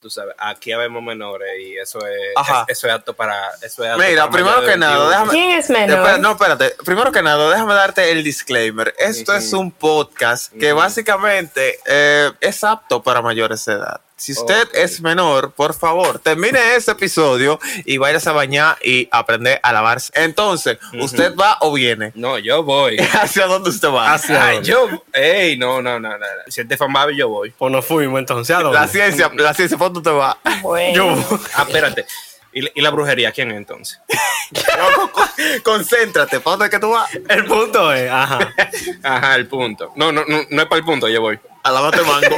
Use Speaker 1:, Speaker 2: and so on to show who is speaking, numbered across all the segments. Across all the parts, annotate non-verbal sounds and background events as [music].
Speaker 1: tú sabes, aquí habemos menores y eso es,
Speaker 2: Ajá.
Speaker 1: es- eso es apto para... Eso es apto
Speaker 2: Mira,
Speaker 1: para
Speaker 2: primero
Speaker 1: mayores
Speaker 2: que
Speaker 1: de
Speaker 2: nada,
Speaker 1: 21.
Speaker 2: déjame.
Speaker 3: ¿Quién es menor?
Speaker 2: Espera, no, espérate. Primero que nada, déjame darte el disclaimer. Esto
Speaker 1: Ujú.
Speaker 2: es un podcast que
Speaker 1: Ujú.
Speaker 2: básicamente eh, es apto para mayores de edad. Si usted
Speaker 1: Ok.
Speaker 2: es menor, por favor, termine este episodio y vayas a bañar y aprender a lavarse. Entonces, ¿usted va o viene? [laughs]
Speaker 1: No, yo [laughs] voy.
Speaker 2: ¿Hacia dónde usted va?
Speaker 4: Hacia-
Speaker 1: Ay, yo... Ey, no, no, no, no. no. Si este fanbabe, yo voy.
Speaker 4: O nos fuimos entonces. ¿A dónde?
Speaker 2: La ciencia, la ciencia, ¿por dónde usted va? [laughs]
Speaker 3: Bueno.
Speaker 4: Yo.
Speaker 1: Ah, espérate. ¿Y, la- y la brujería quién es entonces?
Speaker 2: Loco, con- Concéntrate, ¿por dónde es que tú vas?
Speaker 4: [laughs] El punto es, ajá.
Speaker 1: Ajá, el punto. No, no, no, no es para el punto, yo voy.
Speaker 2: A lavarte
Speaker 4: [laughs]
Speaker 2: mango.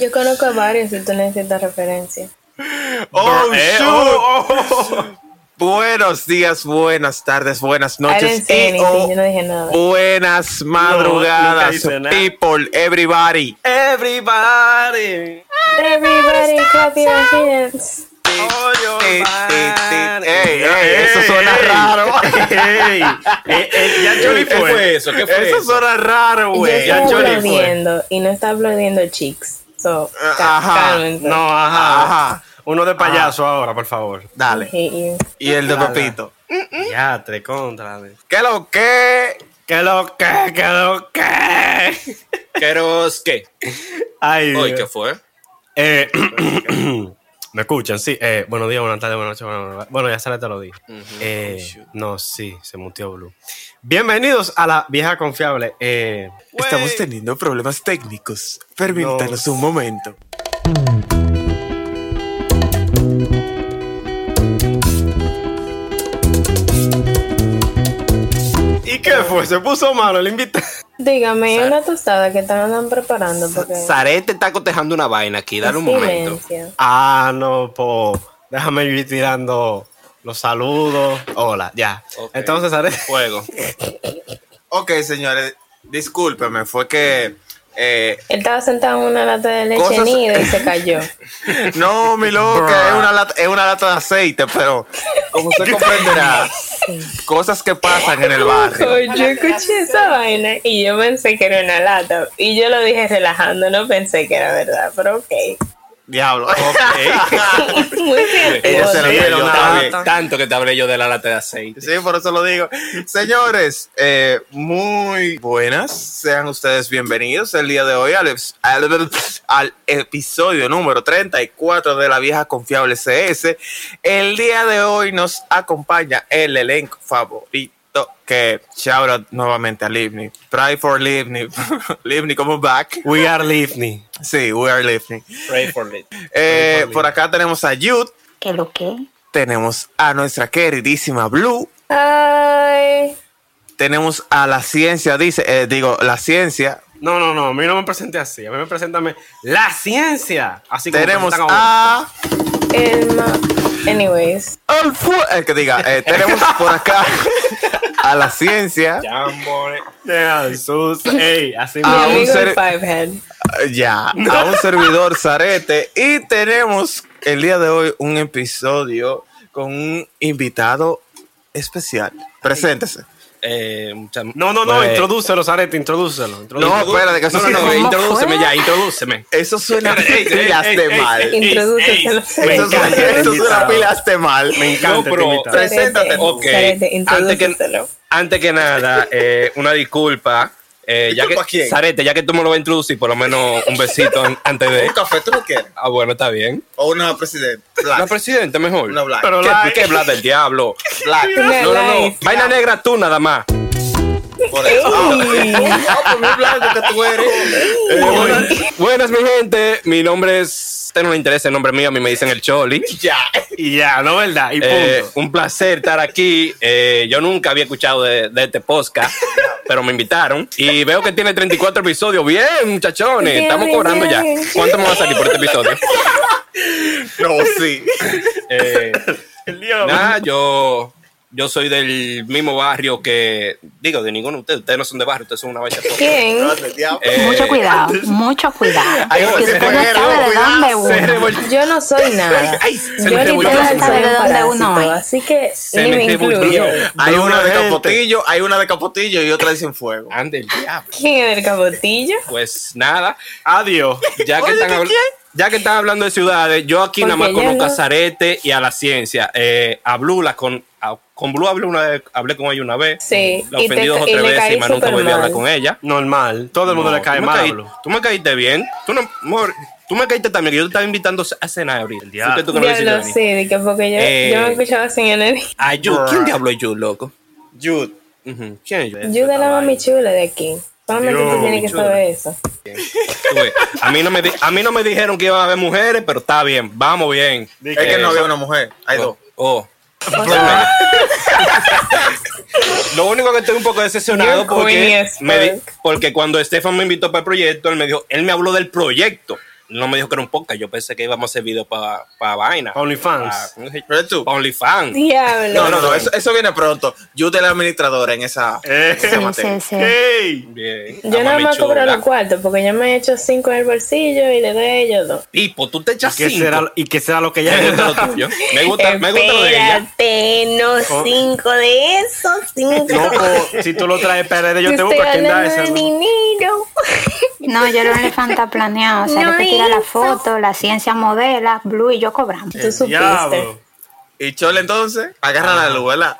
Speaker 3: Yo conozco a varios si tú necesitas referencia.
Speaker 2: Oh,
Speaker 4: Eh,
Speaker 2: shoot.
Speaker 4: oh,
Speaker 2: Buenos días, buenas tardes, buenas
Speaker 3: I
Speaker 2: noches
Speaker 3: didn't say
Speaker 2: y,
Speaker 3: anything,
Speaker 2: oh,
Speaker 3: yo no dije nada.
Speaker 2: buenas
Speaker 4: nunca
Speaker 2: madrugadas,
Speaker 4: hice nada.
Speaker 2: people, everybody.
Speaker 4: Everybody.
Speaker 3: Everybody clap your hands.
Speaker 4: Oh,
Speaker 2: Ti, ti, ti. Ey, ey, eh,
Speaker 4: eh.
Speaker 2: eso suena raro.
Speaker 4: Ey, eh, eh, ya Choli
Speaker 1: ¿Qué
Speaker 4: fue.
Speaker 1: fue eso? ¿Qué fue
Speaker 2: Eso suena raro,
Speaker 3: Yo
Speaker 2: güey.
Speaker 3: estoy
Speaker 4: ya Choli fue.
Speaker 3: aplaudiendo y no está aplaudiendo chicks. So, ca-
Speaker 2: Ajá,
Speaker 3: cálmense.
Speaker 4: No, ajá.
Speaker 2: Ajá.
Speaker 4: Uno de payaso ahora, por favor.
Speaker 3: I
Speaker 2: Dale.
Speaker 3: hate you.
Speaker 2: [laughs] Y el de
Speaker 4: Dale.
Speaker 2: Pepito.
Speaker 4: Ya, tres contra. ¿Qué
Speaker 2: ¿Qué lo que?
Speaker 4: lo que? ¿Qué lo que?
Speaker 1: Queros, ¿qué?
Speaker 4: Ay,
Speaker 1: Hoy,
Speaker 4: Dios.
Speaker 1: ¿qué fue?
Speaker 4: Eh, [clears throat] ¿Me escuchan? Sí. Eh, buenos días, buenas tardes, buenas noches. buenas- buenas- Bueno, ya sale, te lo dije. Eh, no, sí, se muteó Blue. Bienvenidos a la vieja confiable. Eh,
Speaker 2: Estamos teniendo problemas técnicos. Permítanos
Speaker 4: No.
Speaker 2: un momento.
Speaker 4: ¿Y qué fue? Se puso malo el invitado. [laughs]
Speaker 3: Dígame, ¿y una tostada que están andan preparando? Porque...
Speaker 1: Sarete está cotejando una vaina aquí, dale un momento.
Speaker 3: Silencio.
Speaker 4: Ah, no, po. Déjame ir tirando los saludos. Hola, ya.
Speaker 1: Ok.
Speaker 4: Entonces, haré.
Speaker 1: Fuego.
Speaker 2: Ok, señores, discúlpeme, fue que. eh,
Speaker 3: Él estaba sentado en una lata de leche
Speaker 2: Cosas-
Speaker 3: nido y se cayó.
Speaker 2: No, mi loca,
Speaker 4: Bruh.
Speaker 2: es una, lata, es una lata de aceite, pero como
Speaker 4: [laughs]
Speaker 2: usted comprenderá, cosas que pasan en el barrio.
Speaker 3: yo escuché esa vaina y yo pensé que era una lata. Y yo lo dije relajando, no pensé que era verdad, pero ok. [laughs]
Speaker 4: [laughs]
Speaker 2: [laughs] Diablo.
Speaker 3: Muy bien.
Speaker 2: Ella se lo
Speaker 4: Sí,
Speaker 2: dio,
Speaker 4: era una
Speaker 2: está bien.
Speaker 4: lata.
Speaker 1: Tanto que te hablé yo de la lata de aceite.
Speaker 2: Sí, por eso lo digo. Señores, eh, muy buenas. Sean ustedes bienvenidos el día de hoy al, eps- al- al episodio número 34 de La Vieja Confiable CS. El día de hoy nos acompaña el elenco favorito. Que shout out nuevamente a Livni. Pray for Livni. [laughs] Livni, come back.
Speaker 4: We are Livni.
Speaker 2: Sí, we are Livni.
Speaker 1: Pray for it.
Speaker 2: Eh, por acá tenemos a Jude.
Speaker 5: ¿Qué lo que?
Speaker 2: Tenemos a nuestra queridísima Blue.
Speaker 3: Ay,
Speaker 2: tenemos a la ciencia, dice, eh, digo, la ciencia.
Speaker 4: No, no, no. A mí no me presenté así. A mí me presentan la ciencia. Así como
Speaker 2: tenemos
Speaker 4: presentan a uno. [laughs]
Speaker 2: a.
Speaker 3: el ma- Anyways,
Speaker 2: al fu- el que diga, eh,
Speaker 4: [laughs]
Speaker 2: tenemos por acá a la ciencia.
Speaker 1: Ya, amor.
Speaker 4: Yeah, sus- Ey, así
Speaker 3: mi
Speaker 2: Ah,
Speaker 4: mismo.
Speaker 2: un
Speaker 3: amigo
Speaker 2: ser-
Speaker 3: el Fivehead.
Speaker 2: Ya, a un servidor Zarete. Y tenemos el día de hoy un episodio con un invitado especial. Preséntese.
Speaker 1: Eh, mucha-
Speaker 4: No, no, no.
Speaker 1: Pues-
Speaker 4: Introdúcelo, Zarete. Introdúcelo. introdúcelo.
Speaker 2: No, espérate, que eso
Speaker 1: No, no,
Speaker 2: suena-
Speaker 1: no,
Speaker 5: ¿Cómo
Speaker 1: introdúceme
Speaker 5: fue?
Speaker 1: ya, introdúceme.
Speaker 2: Eso suena
Speaker 4: Ey, ey,
Speaker 2: pilas
Speaker 4: ey,
Speaker 2: de
Speaker 4: ey,
Speaker 2: mal.
Speaker 4: ey,
Speaker 3: Introdúceselo.
Speaker 4: ey,
Speaker 2: Eso suena-
Speaker 4: encanta el
Speaker 2: eso suena
Speaker 4: invitado.
Speaker 2: pilas de mal.
Speaker 4: Me
Speaker 1: No,
Speaker 4: encanta.
Speaker 1: pero-
Speaker 4: este invitado.
Speaker 2: Tres- Preséntate.
Speaker 1: Ok,
Speaker 3: Sarete,
Speaker 1: antes que,
Speaker 3: introdúceselo.
Speaker 1: antes que nada, eh, una disculpa. Eh, ya que,
Speaker 2: ¿Disculpa quién?
Speaker 1: Sarete, ya que tú me lo vas a introducir, por lo menos un besito an- antes de.
Speaker 2: café tú no quieres?
Speaker 1: Ah, bueno, está bien.
Speaker 2: ¿O una presidenta?
Speaker 1: La presidenta mejor.
Speaker 2: Una black.
Speaker 4: Pero
Speaker 1: ¿Qué,
Speaker 4: like.
Speaker 1: qué hablas del diablo?
Speaker 2: Black.
Speaker 3: Una
Speaker 1: No, no, no.
Speaker 3: life.
Speaker 1: Vaina negra tú nada más.
Speaker 2: Por eso.
Speaker 3: Ey.
Speaker 2: Oh, blanco que tú eres.
Speaker 1: Eh, buenas, buenas, mi gente. Mi nombre es. Usted no le interesa el nombre mío, a mí me dicen el Choli.
Speaker 2: [laughs] Ya.
Speaker 4: Y ya, ¿no verdad? Y punto.
Speaker 1: Eh, un placer estar aquí. Eh, yo nunca había escuchado de, de este podcast, pero me invitaron. Y veo que tiene 34 episodios. Bien, muchachones.
Speaker 3: Bien,
Speaker 1: Estamos cobrando ya.
Speaker 3: bien.
Speaker 1: ¿Cuánto me va a salir por este episodio?
Speaker 4: [laughs]
Speaker 2: No, sí.
Speaker 1: Eh,
Speaker 4: El día-
Speaker 1: nada, yo Yo soy del mismo barrio que, digo, de ninguno de ustedes. Ustedes no son de barrio, ustedes son una vaina.
Speaker 3: ¿Quién?
Speaker 1: Eh,
Speaker 5: mucho cuidado, mucho cuidado.
Speaker 2: Ahí va,
Speaker 5: Que
Speaker 2: se
Speaker 5: usted no
Speaker 2: fue,
Speaker 5: sabe de
Speaker 2: cuidado,
Speaker 5: dónde uno.
Speaker 1: Eh,
Speaker 3: Yo no soy nada.
Speaker 1: Ay, se
Speaker 3: Yo
Speaker 1: me
Speaker 3: ni
Speaker 5: revolvió.
Speaker 3: tengo el
Speaker 5: Sabe de dónde uno es.
Speaker 3: así que
Speaker 1: Se
Speaker 3: ni
Speaker 1: me
Speaker 3: me
Speaker 1: revolvió.
Speaker 3: incluyo.
Speaker 2: Hay
Speaker 4: Blue
Speaker 2: una Ah, de
Speaker 4: Valiente.
Speaker 2: capotillo, hay una de capotillo y otra dice en fuego.
Speaker 1: [laughs] Ande el diablo.
Speaker 3: ¿Quién es el cabotillo?
Speaker 1: Pues nada,
Speaker 4: Adiós.
Speaker 1: ya que,
Speaker 2: Oye,
Speaker 1: están
Speaker 2: ¿qué
Speaker 1: habl-
Speaker 2: quién?
Speaker 1: ya que están hablando de ciudades, yo aquí
Speaker 3: Porque
Speaker 1: nada más
Speaker 3: yo
Speaker 1: conozco a
Speaker 3: no-
Speaker 1: Zarete y a la ciencia. Eh, a Blue, la con, a- con Blue hablé, una vez- hablé con ella una vez.
Speaker 3: Sí,
Speaker 1: La
Speaker 3: y
Speaker 1: ofendí
Speaker 3: te-
Speaker 1: dos o
Speaker 3: y
Speaker 1: tres
Speaker 3: le
Speaker 1: veces y
Speaker 3: caí
Speaker 1: más nunca
Speaker 3: súper
Speaker 1: volví a hablar
Speaker 3: mal.
Speaker 1: con ella.
Speaker 4: Normal. Todo el mundo le
Speaker 1: No,
Speaker 4: cae
Speaker 1: tú me
Speaker 4: mal a
Speaker 1: caí-
Speaker 4: Blue.
Speaker 1: Tú me caíste bien. Tú, no, amor, tú me caíste también, que yo te estaba invitando a cenar ahorita.
Speaker 4: El diablo.
Speaker 1: Fuiste tú que me lo
Speaker 3: Diablo,
Speaker 1: hiciste venir.
Speaker 3: sí, de que porque yo,
Speaker 1: Eh.
Speaker 3: yo me escuchaba sin energía.
Speaker 1: A Yu, ¿quién diablo es Yu, loco?
Speaker 2: Jude.
Speaker 1: Ujú, ¿Quién es Yu?
Speaker 3: Yo de la mami chula de aquí. Solamente
Speaker 4: Dios,
Speaker 3: tú tienes que
Speaker 1: chula.
Speaker 3: saber eso.
Speaker 1: Tú ves, A mí, no me di- a mí no me dijeron que iba a haber mujeres, pero está bien, vamos bien.
Speaker 4: Di
Speaker 2: Es que
Speaker 1: Eh,
Speaker 2: no había una mujer, hay dos.
Speaker 1: Oh. Lo único que estoy un poco decepcionado
Speaker 3: You're queer
Speaker 1: porque,
Speaker 3: as
Speaker 1: me di-
Speaker 3: fuck.
Speaker 1: porque cuando Estefan me invitó para el proyecto, él me dijo, él me habló del proyecto. No me dijo que era un podcast, yo pensé que íbamos a hacer video para vaina.
Speaker 4: OnlyFans.
Speaker 2: Pero tú.
Speaker 1: Para OnlyFans.
Speaker 3: Diablo.
Speaker 2: No, no, no, eso, eso viene pronto. Jude es la administradora en esa,
Speaker 4: Eh.
Speaker 2: en esa
Speaker 5: Sí,
Speaker 2: materia.
Speaker 5: sí, sí.
Speaker 4: Ey.
Speaker 1: Bien.
Speaker 3: Yo
Speaker 1: A
Speaker 3: nada
Speaker 1: mami
Speaker 3: más
Speaker 1: chula.
Speaker 3: cobro los cuartos porque yo me he hecho cinco en el bolsillo y le doy a ellos dos.
Speaker 1: Pipo, tú te echas
Speaker 4: ¿Qué
Speaker 1: cinco.
Speaker 4: será, lo- ¿Y qué será lo
Speaker 1: [laughs]
Speaker 4: que
Speaker 1: Me gusta
Speaker 4: ella
Speaker 1: [laughs] lo tuyo. Me gusta, me gusta lo de ella.
Speaker 3: Espérate, no
Speaker 4: Oh.
Speaker 3: cinco de esos, cinco.
Speaker 4: Loco, si tú lo traes PRD, yo te busco a quien da esa.
Speaker 3: de
Speaker 4: ¿no?
Speaker 3: dinero.
Speaker 5: No, yo era un elefanta planeado. O sea,
Speaker 3: No
Speaker 5: que te tira la
Speaker 3: hizo.
Speaker 5: foto, la ciencia modela, Blue y yo cobramos.
Speaker 3: Tú supiste.
Speaker 4: Diablo.
Speaker 2: Y Chole entonces, agarra la luz, ¿verdad?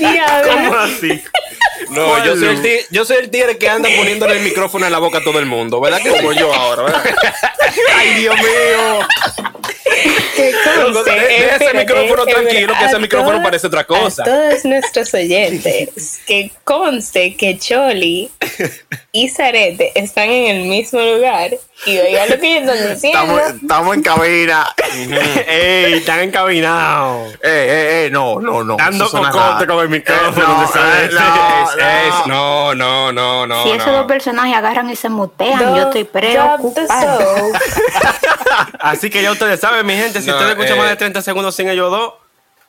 Speaker 4: ¿Cómo
Speaker 3: Diablo.
Speaker 4: así?
Speaker 1: No, yo soy, el tí- yo soy el tigre que anda poniéndole el micrófono en la boca a todo el mundo, ¿verdad? Que
Speaker 2: Como yo ahora,
Speaker 4: [laughs]
Speaker 2: ¿verdad?
Speaker 1: ¡Ay, Dios mío! [laughs]
Speaker 3: Qué
Speaker 1: Loco, de-
Speaker 3: conste,
Speaker 1: deja ese
Speaker 3: espérate,
Speaker 1: micrófono
Speaker 3: espérate,
Speaker 1: tranquilo, que
Speaker 3: a
Speaker 1: ese micrófono
Speaker 3: todas-
Speaker 1: parece otra cosa.
Speaker 3: A todos nuestros oyentes, que conste que Choli y Zarete están en el mismo lugar y oiga lo que ellos están diciendo.
Speaker 2: Estamos, estamos en [laughs] cabina.
Speaker 4: Ey, están encabinados.
Speaker 2: Ey, ey, ey, eh, no, no, no.
Speaker 4: Dando
Speaker 2: eso suena
Speaker 4: cocote
Speaker 2: raro.
Speaker 4: con el micrófono.
Speaker 2: Eh, no,
Speaker 4: de Saez.
Speaker 2: eh, no.
Speaker 1: Es-
Speaker 4: Ah.
Speaker 1: es- no, no, no, no.
Speaker 5: si esos
Speaker 1: no.
Speaker 5: dos personajes agarran y se mutean,
Speaker 3: Don't
Speaker 5: yo estoy
Speaker 3: drop the
Speaker 5: preocupada.
Speaker 3: soul.
Speaker 4: Así que ya ustedes saben, mi gente, si
Speaker 1: No,
Speaker 4: ustedes escuchan
Speaker 1: eh.
Speaker 4: más de 30 segundos sin ellos dos,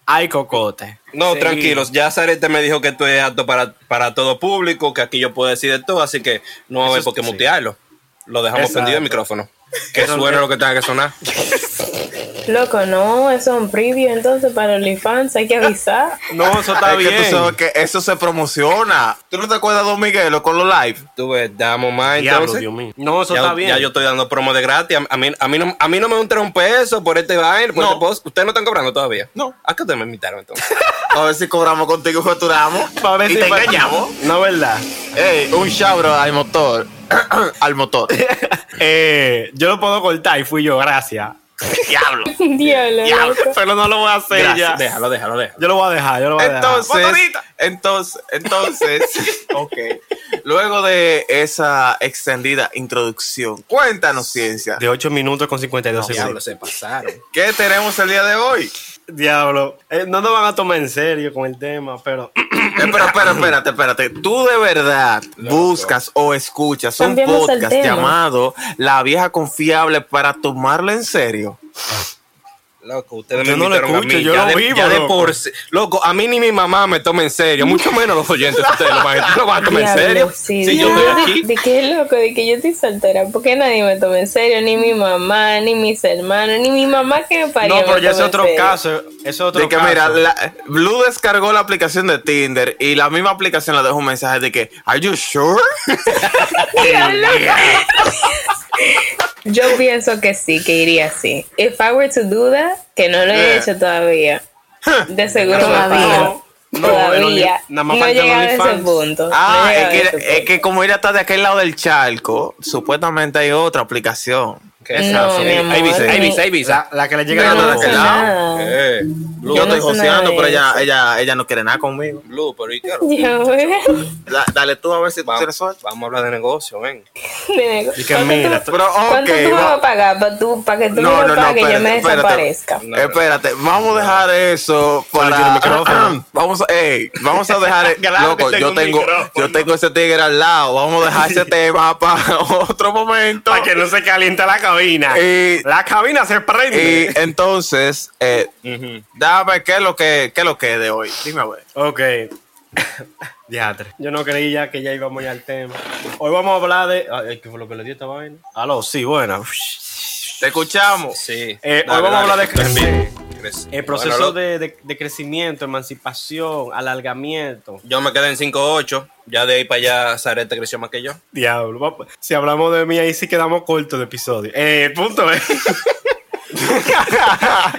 Speaker 4: hay cocote.
Speaker 1: No,
Speaker 4: Sí.
Speaker 1: tranquilos, ya Zarete me dijo que esto es apto para, para todo público, que aquí yo puedo decir de todo, así que no va a haber
Speaker 4: Eso
Speaker 1: por qué
Speaker 4: sí.
Speaker 1: mutearlo. Lo dejamos
Speaker 4: Exacto.
Speaker 1: prendido el
Speaker 4: [laughs]
Speaker 1: micrófono. Que
Speaker 4: Eso-
Speaker 1: suene lo que tenga que sonar.
Speaker 3: Loco, no, eso es un preview entonces para OnlyFans, hay que avisar.
Speaker 4: No, eso está
Speaker 2: Es que
Speaker 4: bien.
Speaker 2: tú sabes que eso se promociona. ¿Tú no te acuerdas de Don Miguelo con los live?
Speaker 1: Tú ves, damos más
Speaker 4: Diablo,
Speaker 1: entonces.
Speaker 4: Dios mío. No, eso
Speaker 1: ya,
Speaker 4: está bien.
Speaker 1: ya yo estoy dando promo de gratis. A, a mí, a, mí no, a mí no me entra un peso por este vaina, por
Speaker 2: No.
Speaker 1: este post. Ustedes no están cobrando todavía.
Speaker 2: No.
Speaker 1: ¿A qué ustedes me invitaron entonces?
Speaker 4: [laughs]
Speaker 2: A ver si cobramos contigo y facturamos.
Speaker 4: Pa' ver
Speaker 2: y
Speaker 4: si
Speaker 2: te
Speaker 4: pa-
Speaker 2: engañamos.
Speaker 4: [laughs] No, ¿verdad?
Speaker 2: Ey, un shout out al motor. [clears throat] al motor.
Speaker 4: Eh, yo lo puedo cortar y fui yo, gracias.
Speaker 2: [laughs] Diablo.
Speaker 3: [laughs] Diablo,
Speaker 2: Diablo.
Speaker 3: loco.
Speaker 4: [laughs] Pero no lo voy a hacer
Speaker 2: Gracias,
Speaker 4: ya.
Speaker 1: déjalo, déjalo, déjalo.
Speaker 4: Yo lo voy a dejar, yo lo voy a dejar.
Speaker 2: Entonces, entonces, entonces, [laughs] ok. Luego de esa extendida introducción, cuéntanos, ciencia,
Speaker 4: De 8 minutos con 52
Speaker 1: Diablo,
Speaker 4: segundos.
Speaker 1: se pasaron.
Speaker 2: ¿qué tenemos el día de hoy?
Speaker 4: Diablo. Eh, no nos van a tomar en serio con el tema, pero.
Speaker 2: [clears throat] Espera, espera, espérate, espérate. Tú de verdad buscas o escuchas un
Speaker 3: Cambiemos el
Speaker 2: podcast
Speaker 3: tema.
Speaker 2: llamado La Vieja Confiable para tomarlo en serio.
Speaker 1: Loco, ustedes me
Speaker 4: Yo no lo
Speaker 1: invitaron a
Speaker 4: escucho,
Speaker 1: mí.
Speaker 4: yo
Speaker 1: ya
Speaker 4: lo
Speaker 1: de,
Speaker 4: vivo,
Speaker 1: ya de
Speaker 4: loco.
Speaker 1: por sí- Loco, a mí ni mi mamá me toma en serio,
Speaker 3: [laughs]
Speaker 1: mucho menos los oyentes. Ustedes lo van a, lo van a tomar en
Speaker 3: Diablo,
Speaker 1: serio.
Speaker 3: sí,
Speaker 1: si yo
Speaker 3: diablo.
Speaker 1: estoy aquí.
Speaker 3: De que es loco, de que yo estoy soltera. Porque nadie me toma en serio, ni mi mamá, ni mis hermanos, ni mi mamá que me parió.
Speaker 4: [clears throat] No, pero
Speaker 3: me
Speaker 4: ya es
Speaker 3: toma en
Speaker 4: otro
Speaker 3: serio.
Speaker 4: caso. Es otro
Speaker 2: de que
Speaker 4: caso.
Speaker 2: mira, la- Blue descargó la aplicación de Tinder y la misma aplicación le dejó un mensaje de que, ¿Are you
Speaker 3: [laughs]
Speaker 2: sure?
Speaker 3: Yo pienso que sí, que iría así. If I were to do that, que no lo he
Speaker 2: Eh.
Speaker 3: hecho todavía. De seguro
Speaker 5: Todavía.
Speaker 3: me paro.
Speaker 4: No, no, el Only-
Speaker 3: todavía.
Speaker 4: nada
Speaker 3: No
Speaker 4: más
Speaker 3: he
Speaker 4: falta el
Speaker 3: llegado a ese
Speaker 4: OnlyFans.
Speaker 3: punto. No
Speaker 2: Ah,
Speaker 3: he
Speaker 2: es
Speaker 3: llegado a ese
Speaker 2: que, es
Speaker 3: punto.
Speaker 2: que como ella está de aquel lado del charco, supuestamente hay otra aplicación.
Speaker 3: No, mi amor.
Speaker 1: Ahí visa, ahí
Speaker 3: ni-
Speaker 1: visa, ahí visa.
Speaker 4: La, la que le
Speaker 3: Yo
Speaker 4: llega
Speaker 2: Llegando
Speaker 3: no
Speaker 4: a
Speaker 2: de
Speaker 3: sé
Speaker 2: aquel
Speaker 4: la
Speaker 2: lado.
Speaker 3: nada.
Speaker 1: Eh,
Speaker 2: Yo
Speaker 1: Blue,
Speaker 3: no
Speaker 2: estoy
Speaker 3: sé nada
Speaker 2: joseando,
Speaker 3: de
Speaker 2: pero ella,
Speaker 3: eso.
Speaker 2: ella, ella no quiere nada conmigo.
Speaker 1: Blue, pero ¿y qué?
Speaker 3: [laughs] Ya, bueno.
Speaker 2: Da- dale tú a ver si tú
Speaker 1: Vamos,
Speaker 2: tienes suerte.
Speaker 1: vamos a hablar de negocio, ven.
Speaker 4: Y que mira,
Speaker 3: ¿Cuánto tú-
Speaker 2: Pero,
Speaker 3: cuánto tú
Speaker 2: ok,
Speaker 3: me
Speaker 2: va-
Speaker 3: vas a pagar para tú- para que
Speaker 2: No,
Speaker 3: tú me
Speaker 2: no,
Speaker 3: lo
Speaker 2: no,
Speaker 3: pagues y yo
Speaker 2: espérate,
Speaker 3: me
Speaker 2: espérate.
Speaker 3: desaparezca?
Speaker 1: No,
Speaker 2: Espérate, vamos a dejar eso
Speaker 4: tiene
Speaker 2: para.
Speaker 4: micrófono.
Speaker 2: [clears throat] vamos, a, ey, vamos a
Speaker 4: [laughs]
Speaker 2: dejar. e-,
Speaker 4: Claro que
Speaker 2: loco,
Speaker 4: tengo
Speaker 2: yo
Speaker 4: un
Speaker 2: tengo,
Speaker 4: micrófono.
Speaker 2: yo
Speaker 4: [laughs]
Speaker 2: tengo ese tigre al lado. Vamos a dejar ese tema para otro momento.
Speaker 4: Para que no se caliente la cabina.
Speaker 2: Eh,
Speaker 4: la cabina se prende.
Speaker 1: [laughs]
Speaker 2: Y entonces, eh,
Speaker 1: Ujú.
Speaker 2: dame qué es lo que, qué es lo que de hoy. Dime, güey.
Speaker 4: ok. Diatre. Yo no creía que ya íbamos ya al tema. Hoy vamos a hablar de. ay, ¿Qué fue lo que le dio esta vaina? Aló, sí, buena.
Speaker 2: Te escuchamos.
Speaker 1: Sí.
Speaker 4: Eh,
Speaker 1: Dale,
Speaker 4: hoy vamos a
Speaker 1: dale,
Speaker 4: hablar de
Speaker 1: estoy en
Speaker 4: crecer.
Speaker 1: vivo. Crecer.
Speaker 4: El
Speaker 1: Bueno,
Speaker 4: proceso
Speaker 1: lo-
Speaker 4: de, de- de crecimiento, emancipación, alargamiento.
Speaker 1: Yo me quedé en 5'8. Ya de ahí para allá, Zarete creció más que yo.
Speaker 4: Diablo, va- si hablamos de mí ahí sí quedamos cortos de episodio. Eh, el punto es. [laughs]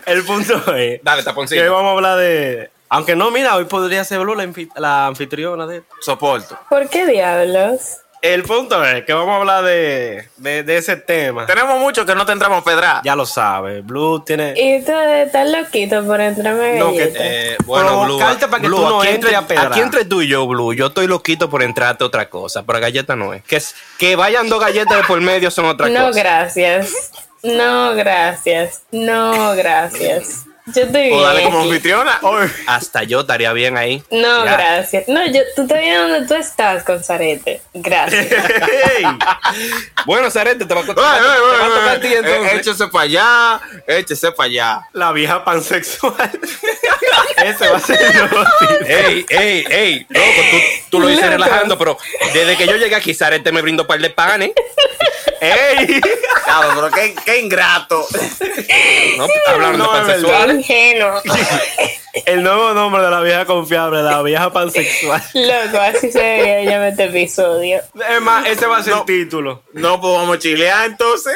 Speaker 4: el punto es.
Speaker 1: Dale,
Speaker 4: Que hoy
Speaker 1: taponcito.
Speaker 4: vamos a hablar de. Aunque no, mira, hoy podría ser Blue la, anfi- la anfitriona de.
Speaker 2: Soporto.
Speaker 3: ¿Por qué diablos?
Speaker 4: El punto es que vamos a hablar de, de, de ese tema.
Speaker 2: Tenemos mucho que no te entramos pedra.
Speaker 4: Ya lo sabes, Blue [laughs] tiene.
Speaker 3: Y tú estás loquito por entrarme en
Speaker 4: No, que-
Speaker 3: galleta.
Speaker 1: Eh, bueno, Blue,
Speaker 4: Provocarte para que tú no
Speaker 1: aquí,
Speaker 4: entres
Speaker 1: entre,
Speaker 4: a pedrar.
Speaker 1: aquí entre tú y yo, Blue, yo estoy loquito por entrarte otra cosa, pero galleta no es. Que, es- que vayan dos galletas de por medio son otra
Speaker 3: No,
Speaker 1: cosa.
Speaker 3: gracias. No, gracias. No, gracias. Yo estoy bien.
Speaker 2: O dale
Speaker 1: [laughs]
Speaker 2: como
Speaker 3: aquí.
Speaker 2: anfitriona. Oy.
Speaker 1: Hasta yo estaría bien ahí.
Speaker 3: No,
Speaker 1: Ya.
Speaker 3: gracias. No, yo, tú estás bien donde tú estás con Zarete. Gracias.
Speaker 2: [laughs]
Speaker 4: ¡Ey!
Speaker 1: Bueno, Zarete, te va a
Speaker 2: Oy,
Speaker 1: contar.
Speaker 2: oy,
Speaker 1: te va a
Speaker 2: oy,
Speaker 1: tocar a
Speaker 2: oy.
Speaker 1: ti, entonces.
Speaker 2: Eh, Échese para allá. Échese para allá.
Speaker 4: La vieja pansexual. [laughs] Ese va a ser el nuevo título.
Speaker 1: Ey, ey, ey, loco, tú, tú lo dices
Speaker 3: Locos.
Speaker 1: relajando, pero desde que yo llegué aquí, Zarete me brindó un par de panes.
Speaker 4: ¡Ey!
Speaker 2: Claro, pero qué, qué ingrato.
Speaker 1: No, hablaron
Speaker 4: No,
Speaker 1: de
Speaker 4: es
Speaker 1: pansexuales.
Speaker 2: [laughs]
Speaker 3: Ingenuo.
Speaker 4: El nuevo nombre de la vieja confiable, la vieja pansexual.
Speaker 3: Loco, así se debería llamar este episodio.
Speaker 4: Es más, ese va a ser
Speaker 2: No.
Speaker 4: el título.
Speaker 2: No, pues vamos a chilear entonces.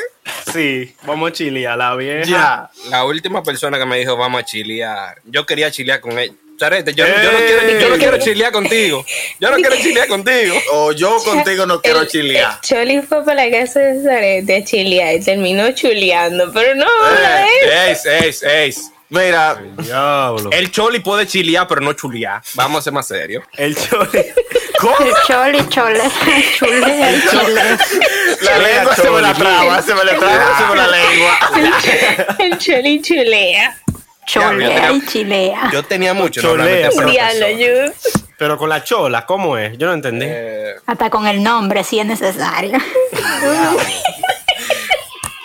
Speaker 4: Sí, vamos a chilear, la vieja.
Speaker 2: Ya.
Speaker 1: La última persona que me dijo, vamos a chilear. Yo quería chilear con él. Zarete, yo, yo no
Speaker 4: Ey.
Speaker 1: quiero, yo no quiero chilear contigo. Yo no quiero chilear contigo.
Speaker 2: O yo contigo no quiero
Speaker 3: El-
Speaker 2: chilear.
Speaker 3: el Choli fue para la casa de Zarete a chilear y terminó chuleando, pero no,
Speaker 2: Eh,
Speaker 3: habla de él.
Speaker 1: Ey, ey, ey.
Speaker 2: Mira,
Speaker 4: Diablo. El,
Speaker 1: El Choli puede chilear, pero no chulear. Vamos a ser más serios.
Speaker 4: el chole.
Speaker 5: El choli, chole, chule, el chole.
Speaker 2: la
Speaker 4: Chilea,
Speaker 2: lengua se me la
Speaker 4: Choli.
Speaker 2: traba, se me la traba, se me la lengua.
Speaker 3: [laughs] El Choli chulea.
Speaker 5: Cholea y chilea.
Speaker 1: Yo tenía mucho. no
Speaker 4: Cholea,
Speaker 1: hablarme de esa
Speaker 3: Diablo,
Speaker 1: persona.
Speaker 3: yo.
Speaker 4: Pero con la chola, ¿cómo es? Yo no entendí.
Speaker 1: Eh,
Speaker 5: Hasta con el nombre, si es necesario.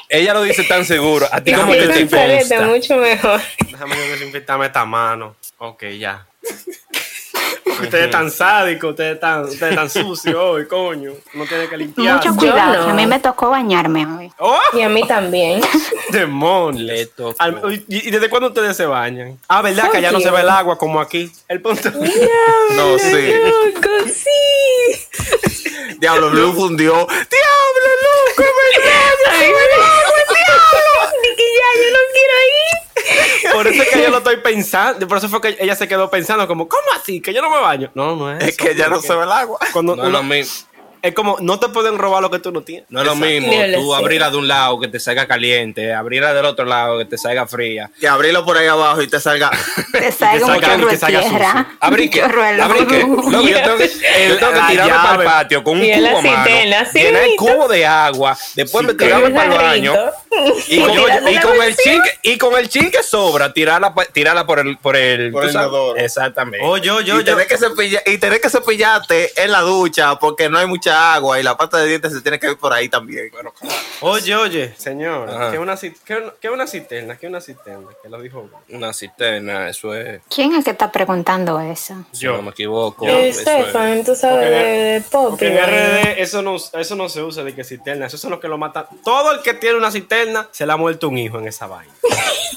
Speaker 1: ella lo dice tan seguro. A ti
Speaker 3: Yo
Speaker 1: como que te
Speaker 3: con Zarete
Speaker 1: consta.
Speaker 3: mucho mejor.
Speaker 4: Déjame yo desinfectarme esta mano. Ok, ya. ustedes tan sádicos, ustedes tan, ustedes tan sucios hoy, coño. No tiene que limpiar.
Speaker 5: Mucho
Speaker 3: yo
Speaker 5: cuidado,
Speaker 3: no.
Speaker 5: que a mí me tocó bañarme hoy.
Speaker 4: ¡Oh!
Speaker 3: Y a mí [laughs] también.
Speaker 1: Le
Speaker 4: ¡Demonios!
Speaker 1: tocó.
Speaker 4: Al- uy, ¿Y y desde cuándo ustedes se bañan? Ah, ¿verdad? Que allá no
Speaker 3: Oye.
Speaker 4: se ve el agua como aquí. El punto.
Speaker 2: No, sí.
Speaker 3: Loco, sí.
Speaker 2: Diablo Blue fundió.
Speaker 1: [laughs]
Speaker 2: Diablo Blue,
Speaker 3: Ay, Ni que ya, yo no quiero ir.
Speaker 4: Por eso es que yo lo estoy pensando. Por eso fue que ella se quedó pensando, como, ¿cómo así? Que yo no me baño. No, no es.
Speaker 2: Es
Speaker 4: eso.
Speaker 2: que ya no se ve el agua.
Speaker 1: [laughs]
Speaker 4: Cuando
Speaker 1: No es lo
Speaker 4: uno-
Speaker 1: mismo.
Speaker 4: es como, no te pueden robar lo que tú no tienes.
Speaker 1: No es lo mismo
Speaker 3: Ni lo
Speaker 1: tú
Speaker 3: sé.
Speaker 1: abrirla de un lado que te salga caliente, abrirla del otro lado que te salga fría.
Speaker 2: Y abrilo por ahí abajo y te salga.
Speaker 5: Te salga un
Speaker 4: salga-
Speaker 5: chorro
Speaker 4: que
Speaker 5: de
Speaker 4: salga
Speaker 5: tierra.
Speaker 4: sucio.
Speaker 3: [laughs]
Speaker 1: Abrí que,
Speaker 5: Un chorro de luz.
Speaker 1: abrí que. Loco, yo tengo que, eh, yo tengo que
Speaker 4: La
Speaker 1: tirarme para
Speaker 4: llave.
Speaker 1: el patio con un
Speaker 3: Y en la
Speaker 1: cubo a mano,
Speaker 3: citela, así
Speaker 1: llenar el
Speaker 3: mismo.
Speaker 1: cubo de agua, después me tirarme para el baño y con,
Speaker 3: Tirarle
Speaker 1: y
Speaker 3: la
Speaker 1: con el
Speaker 3: bolsita.
Speaker 1: chin, que- y con el chin que sobra, tirarla, pa- tirarla por el, por el,
Speaker 2: Por
Speaker 1: tú
Speaker 2: el
Speaker 1: sabes.
Speaker 2: inodoro.
Speaker 1: Exactamente.
Speaker 4: Oh, yo, [laughs] yo,
Speaker 2: y,
Speaker 4: yo.
Speaker 2: tenés que cepilla- y tenés que cepillarte en la ducha porque no hay mucha agua y la pasta de dientes se tiene que ir por ahí también.
Speaker 4: Oye, oye, señor,
Speaker 1: Ajá.
Speaker 4: que una, cit- que un- que una cisterna, que una cisterna, que lo dijo uno.
Speaker 1: Una cisterna, eso es,
Speaker 5: ¿Quién es que está preguntando eso?
Speaker 1: si no me equivoco. eso es-
Speaker 3: Eh, Stefan, tú sabes de, de pop.
Speaker 4: Porque en RD eso no, eso no se usa de que cisterna, eso son los que lo matan. Todo el que tiene una cisterna se le ha muerto un hijo en esa vaina.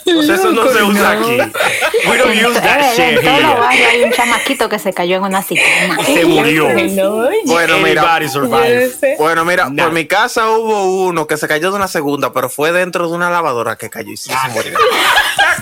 Speaker 4: Entonces eso no se usa aquí. We
Speaker 5: En,
Speaker 4: don't use
Speaker 1: Ah,
Speaker 4: that
Speaker 5: en
Speaker 4: shit
Speaker 5: todos los
Speaker 4: here.
Speaker 5: barrios hay un chamaquito que se cayó en una cisterna.
Speaker 1: [laughs]
Speaker 4: Y se murió.
Speaker 3: No, yo-
Speaker 2: [laughs] Bueno, mira.
Speaker 4: Anybody
Speaker 3: yo
Speaker 4: survive.
Speaker 3: no sé.
Speaker 2: Bueno, mira,
Speaker 4: Nah.
Speaker 2: por mi casa hubo uno que se cayó de una segunda, pero fue dentro de una lavadora que cayó y sí se
Speaker 3: [laughs]
Speaker 2: murió.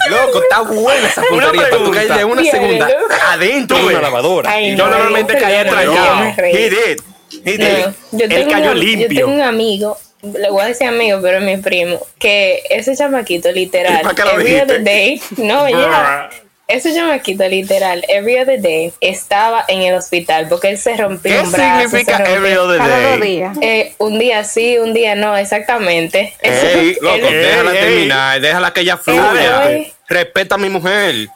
Speaker 1: Loco, está buena esa puntería para tú
Speaker 4: pregunta.
Speaker 1: caer de una
Speaker 3: Diablo.
Speaker 1: segunda adentro de una lavadora.
Speaker 3: Ay,
Speaker 4: Yo
Speaker 3: no,
Speaker 4: normalmente
Speaker 3: yo-
Speaker 4: caía
Speaker 3: yo-
Speaker 4: atrayado.
Speaker 3: yo me reí.
Speaker 2: He did. He
Speaker 3: No,
Speaker 2: did.
Speaker 3: yo
Speaker 4: Él
Speaker 3: tengo
Speaker 4: cayó
Speaker 3: un,
Speaker 4: limpio.
Speaker 3: Yo tengo un amigo, le voy a decir amigo, pero es mi primo, que ese chamaquito literal,
Speaker 2: ¿Para qué lo
Speaker 3: every other
Speaker 2: dijiste?
Speaker 3: day, [laughs] no, ya. Ese chamaquito literal, every other day, estaba en el hospital porque él se rompió
Speaker 2: ¿Qué
Speaker 3: un brazo.
Speaker 2: significa
Speaker 3: se rompió-
Speaker 2: every other
Speaker 5: Cada dos
Speaker 2: day?
Speaker 5: días.
Speaker 3: Eh, un día sí, un día no, exactamente. Eso-
Speaker 2: Ey,
Speaker 3: él-
Speaker 1: Loco,
Speaker 4: Ey,
Speaker 1: déjala
Speaker 4: ey.
Speaker 1: terminar, déjala que ella fluya.
Speaker 3: Ay.
Speaker 1: Respeta a mi mujer.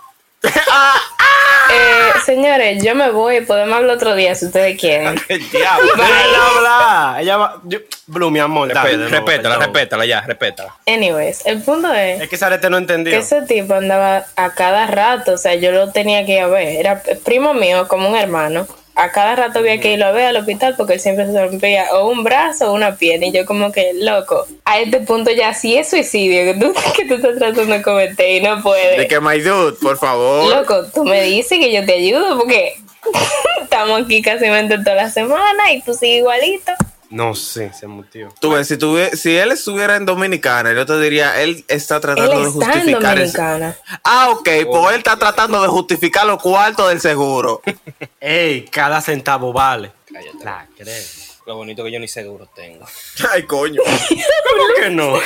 Speaker 3: eh, señores, yo me voy. Podemos hablar otro día si ustedes quieren.
Speaker 2: El diablo.
Speaker 4: Déjala hablar. [laughs] Ella va. yo- Blue, mi amor. dale de
Speaker 1: Respe-
Speaker 4: nuevo,
Speaker 1: Respétala,
Speaker 4: perdón.
Speaker 1: respétala ya, respétala.
Speaker 3: Anyways, el punto es
Speaker 4: Es que Sarete no entendió.
Speaker 3: que ese tipo andaba a cada rato. O sea, yo lo tenía que ir a ver. Era primo mío, como un hermano. A cada rato había que irlo a ver al hospital porque él siempre se rompía o un brazo o una pierna. Y yo, como que, loco, a este punto ya sí es suicidio que tú, [laughs] que tú estás tratando de cometer y no puedes.
Speaker 2: De que, my dude, por favor.
Speaker 3: Loco, tú me dices que yo te ayudo porque [laughs] estamos aquí casi toda la semana y tú sigues igualito.
Speaker 4: No sé, se mutió.
Speaker 2: Tú ves, si, tuve- si él estuviera en Dominicana, yo te diría, él está
Speaker 3: Él
Speaker 2: tratando de
Speaker 3: está en
Speaker 2: justificar. ese-
Speaker 3: Dominicana.
Speaker 2: Ah, ok, pues él está tratando de justificar los cuartos del seguro.
Speaker 4: Ey, cada centavo vale. La crees.
Speaker 1: Lo bonito que yo ni seguro tengo.
Speaker 2: [laughs] Ay, coño.
Speaker 4: ¿Cómo que no?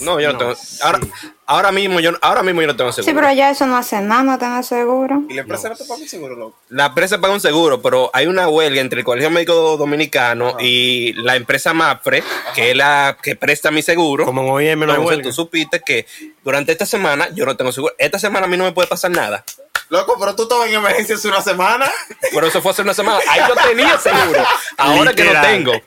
Speaker 1: No, yo no,
Speaker 4: No,
Speaker 1: tengo.
Speaker 4: sí.
Speaker 1: Ahora, ahora mismo yo, ahora mismo yo no tengo seguro.
Speaker 5: Sí, pero ya eso no hace nada, no tengo seguro.
Speaker 2: ¿Y la empresa no, te paga el seguro, loco?
Speaker 1: La empresa paga un seguro, pero hay una huelga entre el Colegio Médico Dominicano y la empresa MAPRE, que es la que presta mi seguro.
Speaker 4: Como en OIM no hay
Speaker 1: Entonces
Speaker 4: huelga.
Speaker 1: tú supiste que durante esta semana yo no tengo seguro. Esta semana a mí no me puede pasar nada.
Speaker 2: Loco, pero tú estabas en emergencia hace una semana.
Speaker 1: Pero eso fue hace una semana. Ahí yo tenía seguro. Ahora que no
Speaker 4: Literal.
Speaker 1: tengo.
Speaker 4: Loco,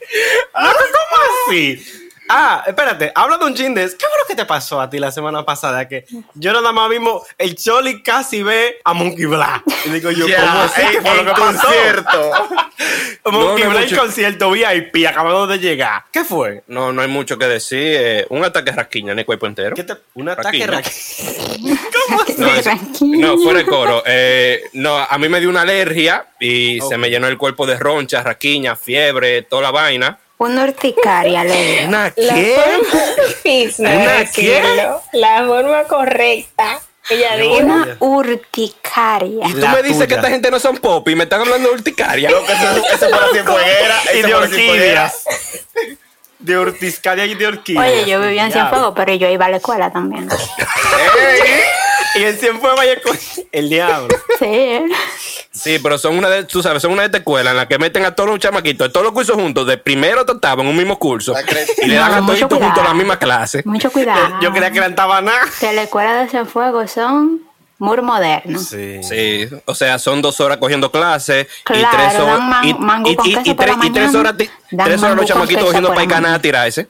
Speaker 4: ¿Cómo así? Ah, espérate, habla de un chin de ¿Qué fue lo que te pasó a ti la semana pasada? Que yo nada más mismo, el Choli casi ve a Monkey Black. Y digo yo, ¿cómo así?
Speaker 2: ey,
Speaker 4: ¿Qué fue
Speaker 2: en
Speaker 4: lo que pasó?
Speaker 2: concierto.
Speaker 4: Monkey
Speaker 1: No, no,
Speaker 4: Black
Speaker 1: mucho.
Speaker 4: concierto VIP acabando de llegar. ¿Qué fue?
Speaker 1: No, no hay mucho que decir. eh, un ataque rasquiña en el cuerpo entero.
Speaker 4: ¿Qué te- un ataque
Speaker 1: Raquiña.
Speaker 4: raquítico. [laughs]
Speaker 1: No, es-
Speaker 5: [laughs] Tranquilo.
Speaker 1: no, fuera de coro. Eh, no, a mí me dio una alergia y se me llenó el cuerpo de ronchas, raquiña, fiebre, toda la vaina.
Speaker 5: Una urticaria, le digo.
Speaker 1: ¿Una
Speaker 3: La
Speaker 1: qué?
Speaker 3: forma difícil de
Speaker 1: ¿Una
Speaker 3: decirlo, la forma correcta. Ella dijo,
Speaker 5: Una urticaria.
Speaker 1: Y tú
Speaker 4: La
Speaker 1: me dices
Speaker 4: tuya.
Speaker 1: que esta gente no son pop y me están hablando de urticaria.
Speaker 2: Loco, eso, eso fue la cienfueguera.
Speaker 4: Y
Speaker 2: eso fue
Speaker 4: de
Speaker 2: la cienfueguera.
Speaker 4: orquídeas. [laughs] De urticaria y de orquídeas.
Speaker 5: Oye, yo vivía en
Speaker 4: Ya.
Speaker 5: Cienfuegos, pero yo iba a la escuela también.
Speaker 4: Y en Cienfuegos hay co- el [laughs] diablo.
Speaker 5: Sí.
Speaker 1: [laughs] Sí, pero son una de, tú sabes, son una de estas escuelas en la que meten a todos los chamaquitos, de todos los cursos juntos, de primero hasta octavo en un mismo curso.
Speaker 2: La cre-
Speaker 1: Y le dan
Speaker 5: No,
Speaker 1: a todos
Speaker 5: mucho
Speaker 1: juntos
Speaker 5: cuidado.
Speaker 1: la misma clase.
Speaker 5: Mucho
Speaker 1: [laughs]
Speaker 5: cuidado.
Speaker 4: Yo creía que eran tabaná.
Speaker 5: Que la escuela de Cienfuegos son muy modernos.
Speaker 4: Sí.
Speaker 1: Sí, o sea, son dos horas cogiendo clases y
Speaker 5: Claro,
Speaker 1: tres
Speaker 5: dan
Speaker 1: horas
Speaker 5: man-
Speaker 1: y,
Speaker 5: mango
Speaker 1: y-
Speaker 5: con
Speaker 1: y-
Speaker 5: queso
Speaker 1: y
Speaker 5: por la
Speaker 1: tres, y tres
Speaker 5: mañana,
Speaker 1: horas, ti-
Speaker 5: dan
Speaker 1: tres horas
Speaker 5: mango
Speaker 1: los
Speaker 5: con
Speaker 1: chamaquitos
Speaker 5: queso
Speaker 1: cogiendo
Speaker 5: por la
Speaker 1: paicanada
Speaker 5: mañana.
Speaker 1: a tirarse.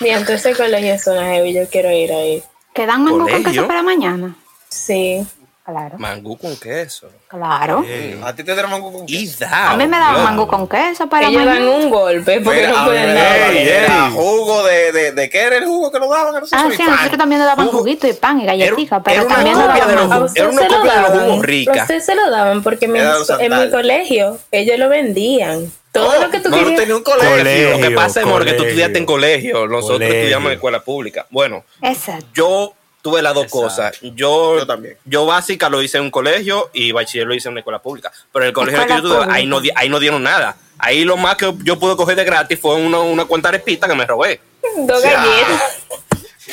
Speaker 3: mientras ese colegio es una heavy, yo quiero ir ahí.
Speaker 5: Que dan mango con
Speaker 1: Colegio.
Speaker 5: queso para mañana.
Speaker 3: Sí.
Speaker 5: Claro,
Speaker 1: Mangú con queso.
Speaker 5: claro.
Speaker 2: A ti te dieron mango con
Speaker 1: Y
Speaker 5: A mí me
Speaker 1: da
Speaker 5: daban mango con queso para
Speaker 3: Ellos dan
Speaker 5: mañana.
Speaker 3: un golpe porque
Speaker 2: Mira,
Speaker 3: no
Speaker 2: a mí me
Speaker 3: pueden dar.
Speaker 2: daban,
Speaker 4: Ey,
Speaker 2: era
Speaker 4: ey.
Speaker 2: jugo de, de, de qué era el jugo que nos daban a
Speaker 5: Ah,
Speaker 2: nosotros.
Speaker 5: sí, a nosotros también nos daban
Speaker 1: Jugo.
Speaker 5: juguito y pan y
Speaker 1: Era-
Speaker 5: galletitas,
Speaker 1: era
Speaker 5: pero
Speaker 1: una
Speaker 5: también nos
Speaker 1: copia de
Speaker 5: daban
Speaker 1: los
Speaker 5: mango.
Speaker 1: jugos. era una
Speaker 3: ustedes
Speaker 1: copia de los jugos
Speaker 3: A
Speaker 1: rica.
Speaker 3: ustedes se lo daban porque mi-
Speaker 2: Era de los
Speaker 3: en mi
Speaker 2: sandales.
Speaker 3: colegio ellos lo vendían.
Speaker 1: Oh,
Speaker 3: Todo lo que tú
Speaker 2: no,
Speaker 3: querías.
Speaker 2: No tenía un colegio.
Speaker 4: Colegio.
Speaker 1: Lo que pasa es amor, que tú
Speaker 4: colegio.
Speaker 1: estudiaste en colegio, nosotros
Speaker 4: Colegio.
Speaker 1: estudiamos en escuela pública. Bueno,
Speaker 5: Exacto.
Speaker 1: yo tuve las dos cosas. Yo,
Speaker 2: Yo también.
Speaker 1: Yo básica lo hice en un colegio y bachiller lo hice en una escuela pública. Pero el colegio en el que yo
Speaker 5: Escuela
Speaker 1: tuve, ahí no, di- ahí no dieron nada. Ahí lo más que yo pude coger de gratis fue una, una cuanta arepita que me robé.
Speaker 3: [laughs] Dos galletas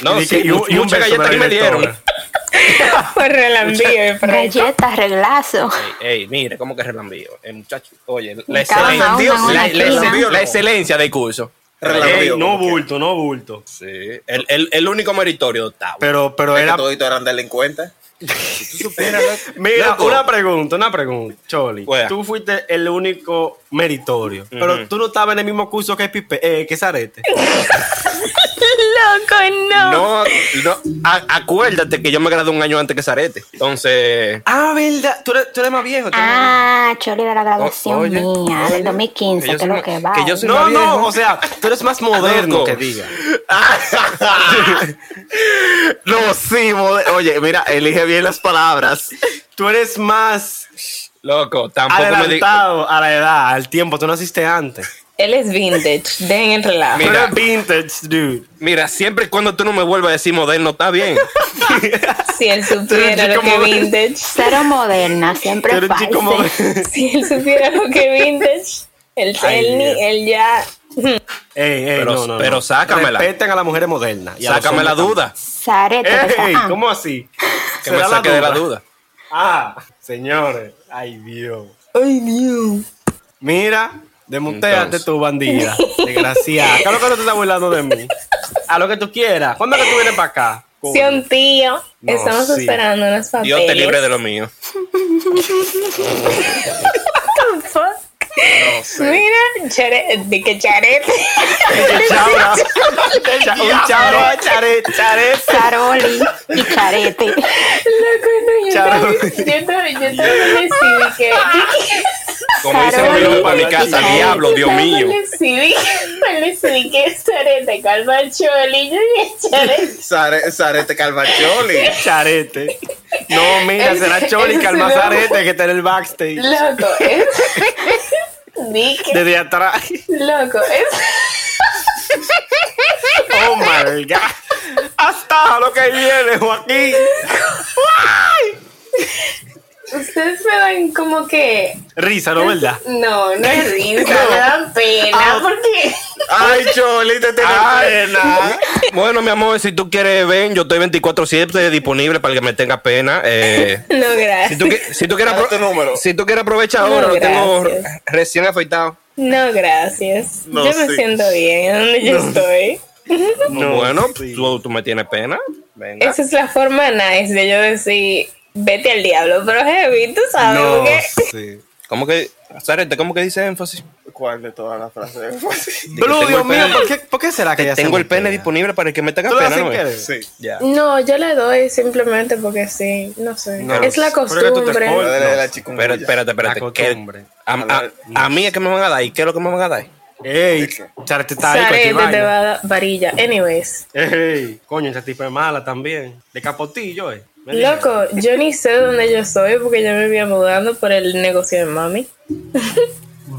Speaker 1: No,
Speaker 4: Y
Speaker 1: sí,
Speaker 4: que- y un-
Speaker 1: much-
Speaker 4: y un
Speaker 1: muchas
Speaker 4: beso
Speaker 1: galletas
Speaker 4: para
Speaker 1: que
Speaker 4: la
Speaker 1: me dieron.
Speaker 4: directora.
Speaker 3: por
Speaker 1: [laughs]
Speaker 3: relambío y por
Speaker 5: Galletas, reglazo.
Speaker 1: Ey, ey, mire, cómo que relambío. El muchacho, oye, la
Speaker 5: Y cada
Speaker 1: excelencia,
Speaker 5: una, una,
Speaker 1: la-
Speaker 5: una
Speaker 1: la-
Speaker 5: esquina.
Speaker 1: la excelencia del curso.
Speaker 4: Ey,
Speaker 2: Relambío,
Speaker 4: no
Speaker 2: como quiera.
Speaker 4: bulto, no bulto.
Speaker 1: Sí, el, el- el único meritorio de octavo.
Speaker 4: Pero, pero
Speaker 2: Es que
Speaker 4: era.
Speaker 2: toditos eran delincuentes.
Speaker 4: Mira,
Speaker 1: Loco.
Speaker 4: una pregunta, una pregunta, Choli.
Speaker 1: Wea.
Speaker 4: Tú fuiste el único meritorio, pero tú no estabas en el mismo curso que Pipe, eh, que Zarete.
Speaker 3: Loco, no.
Speaker 1: No, no, a- acuérdate que yo me gradué un año antes que Zarete. Entonces,
Speaker 4: ah, verdad. Tú eres, tú eres más viejo. tú eres más
Speaker 5: Ah, choli de la graduación
Speaker 1: oye,
Speaker 5: mía, del 2015,
Speaker 1: que yo
Speaker 5: que es
Speaker 1: soy
Speaker 5: lo que
Speaker 1: una-
Speaker 5: va.
Speaker 1: que yo soy-
Speaker 4: viejo. Ah, No,
Speaker 1: más
Speaker 4: no,
Speaker 1: viejo.
Speaker 4: o sea, tú eres más moderno
Speaker 1: Loco.
Speaker 4: que diga.
Speaker 2: No, sí, mode- oye, mira, elige bien las palabras.
Speaker 4: Tú eres más
Speaker 1: loco, tampoco me digas.
Speaker 4: adelantado a la edad, al tiempo. Tú naciste antes.
Speaker 3: Él es vintage. Dejen el relajo.
Speaker 4: Tú
Speaker 1: [laughs] Mira.
Speaker 4: eres vintage, dude.
Speaker 1: Mira, siempre y cuando tú no me vuelvas a decir moderno, está
Speaker 4: [laughs]
Speaker 1: bien.
Speaker 3: Si él supiera
Speaker 4: Pero yo
Speaker 3: lo que
Speaker 4: como-
Speaker 3: vintage.
Speaker 1: [laughs]
Speaker 5: Cero moderna,
Speaker 4: Tú
Speaker 5: siempre
Speaker 4: eres un chico [laughs]
Speaker 5: falsa.
Speaker 4: moderno.
Speaker 3: [laughs] Si él supiera lo que vintage. Él,
Speaker 4: Ay,
Speaker 3: él, ni-
Speaker 4: Dios.
Speaker 3: él ya.
Speaker 4: Ey, ey,
Speaker 1: Pero-
Speaker 4: no, no, no.
Speaker 1: pero sácamela.
Speaker 4: Respeten a las mujeres modernas. y a los
Speaker 1: Sácame la
Speaker 4: hombres
Speaker 1: duda.
Speaker 5: Zarete,
Speaker 4: también.
Speaker 5: que
Speaker 4: Ey,
Speaker 5: está- ah,
Speaker 4: ¿cómo así?
Speaker 1: Que me
Speaker 4: Será
Speaker 1: saque de la duda.
Speaker 4: Ah, señores. Ay, Dios.
Speaker 3: Ay, Dios.
Speaker 4: Mira, demuteate
Speaker 1: Entonces.
Speaker 4: tu bandida. Desgraciada. ¿Qué es lo que tú te estás burlando de mí? A lo que tú quieras. ¿Cuándo es que tú vienes para acá?
Speaker 3: Sion, tío.
Speaker 4: No,
Speaker 3: Estamos
Speaker 4: sí.
Speaker 3: esperando unos papeles.
Speaker 1: Dios te libre de
Speaker 3: [laughs]
Speaker 1: lo mío.
Speaker 3: Mira, chare- de que charete.
Speaker 4: [laughs]
Speaker 2: Chaura. Un chaura, chare, chare.
Speaker 5: Caroli
Speaker 1: [laughs]
Speaker 5: y
Speaker 3: [laughs]
Speaker 5: Charete.
Speaker 3: Loco, no, yo
Speaker 2: Charo.
Speaker 3: estaba- Yo estaba yo estaba en el [laughs] Civic, eh.
Speaker 1: Como dice
Speaker 5: Carol,
Speaker 1: mi loco para mi casa,
Speaker 5: Carol.
Speaker 1: diablo, Dios mío.
Speaker 3: Yo estaba en el Civic, en el Civic, que es charete, calma el cholillo y el charete.
Speaker 2: Sare- Sarete Calvacholi.
Speaker 4: [laughs] Charete. No, mira,
Speaker 3: Ese-
Speaker 4: será Choli
Speaker 3: ese
Speaker 4: calma
Speaker 3: se ve-
Speaker 4: Zarete que está en el backstage.
Speaker 3: Loco, ¿eh?". es... Di que-
Speaker 4: Desde atrás. [laughs]
Speaker 3: Loco, ¿eh?". es...
Speaker 4: Oh my god. Hasta lo que viene, Joaquín.
Speaker 3: Ustedes me dan como que...
Speaker 4: Risa, ¿no verdad?
Speaker 3: No, no es risa, me dan
Speaker 4: Ah.
Speaker 3: pena, porque...
Speaker 2: Ay, Choli, te tiene
Speaker 4: Ay.
Speaker 2: pena.
Speaker 1: Bueno, mi amor, si tú quieres, ven. Yo estoy 24-7 disponible para el que me tenga pena.
Speaker 3: [laughs]
Speaker 1: Eh,
Speaker 3: No,
Speaker 1: si,
Speaker 3: gracias.
Speaker 1: tú, qui- si, tú quieres
Speaker 2: Dame
Speaker 1: apro-
Speaker 2: tu número.
Speaker 1: si tú quieres aprovechar
Speaker 3: No,
Speaker 1: ahora, lo tengo
Speaker 3: gracias.
Speaker 1: recién afeitado.
Speaker 3: No, gracias.
Speaker 2: No,
Speaker 3: yo me
Speaker 2: sí.
Speaker 3: siento bien donde yo estoy.
Speaker 1: bueno,
Speaker 4: sí.
Speaker 1: tú, tú me tienes pena. Venga.
Speaker 3: Esa es la forma nice de yo decir, vete al diablo, pero heavy, tú sabes
Speaker 4: No,
Speaker 3: porque
Speaker 4: sí.
Speaker 1: ¿Cómo que, Sarete, cómo que dice énfasis?
Speaker 2: ¿Cuál de todas las frases?
Speaker 1: Digo,
Speaker 4: Blue,
Speaker 1: tengo
Speaker 4: Dios
Speaker 1: el pene-
Speaker 4: mío, ¿por qué, por qué será Ah, que ya se
Speaker 1: Tengo el
Speaker 4: voltea?
Speaker 1: pene disponible para el que me tenga
Speaker 4: ¿Tú lo
Speaker 1: pena.
Speaker 4: haces
Speaker 1: ¿no?
Speaker 4: sin
Speaker 2: [laughs]
Speaker 4: querer?
Speaker 2: Sí.
Speaker 1: Ya.
Speaker 3: No, yo le doy simplemente porque sí, no sé.
Speaker 4: No,
Speaker 3: es la
Speaker 4: pero es que tú te
Speaker 3: costumbre.
Speaker 2: La
Speaker 4: escondes.
Speaker 2: de la, de la
Speaker 1: Espera-
Speaker 2: chikungunya.
Speaker 1: Espérate, espérate,
Speaker 4: La
Speaker 1: que-
Speaker 4: costumbre.
Speaker 1: A, a- a mí es que me van a dar. ¿Y qué es lo que me van a dar?
Speaker 4: Ey, Charete está ahí,
Speaker 3: Sarete
Speaker 4: cualquier
Speaker 3: te va
Speaker 4: vaina.
Speaker 3: a dar varilla. Anyways.
Speaker 4: Ey, coño, esa tipa es mala también. De capotillo, eh. Me dijeron.
Speaker 3: Loco, yo ni sé dónde yo soy porque yo me vivía mudando por el negocio de mami.
Speaker 4: Brr.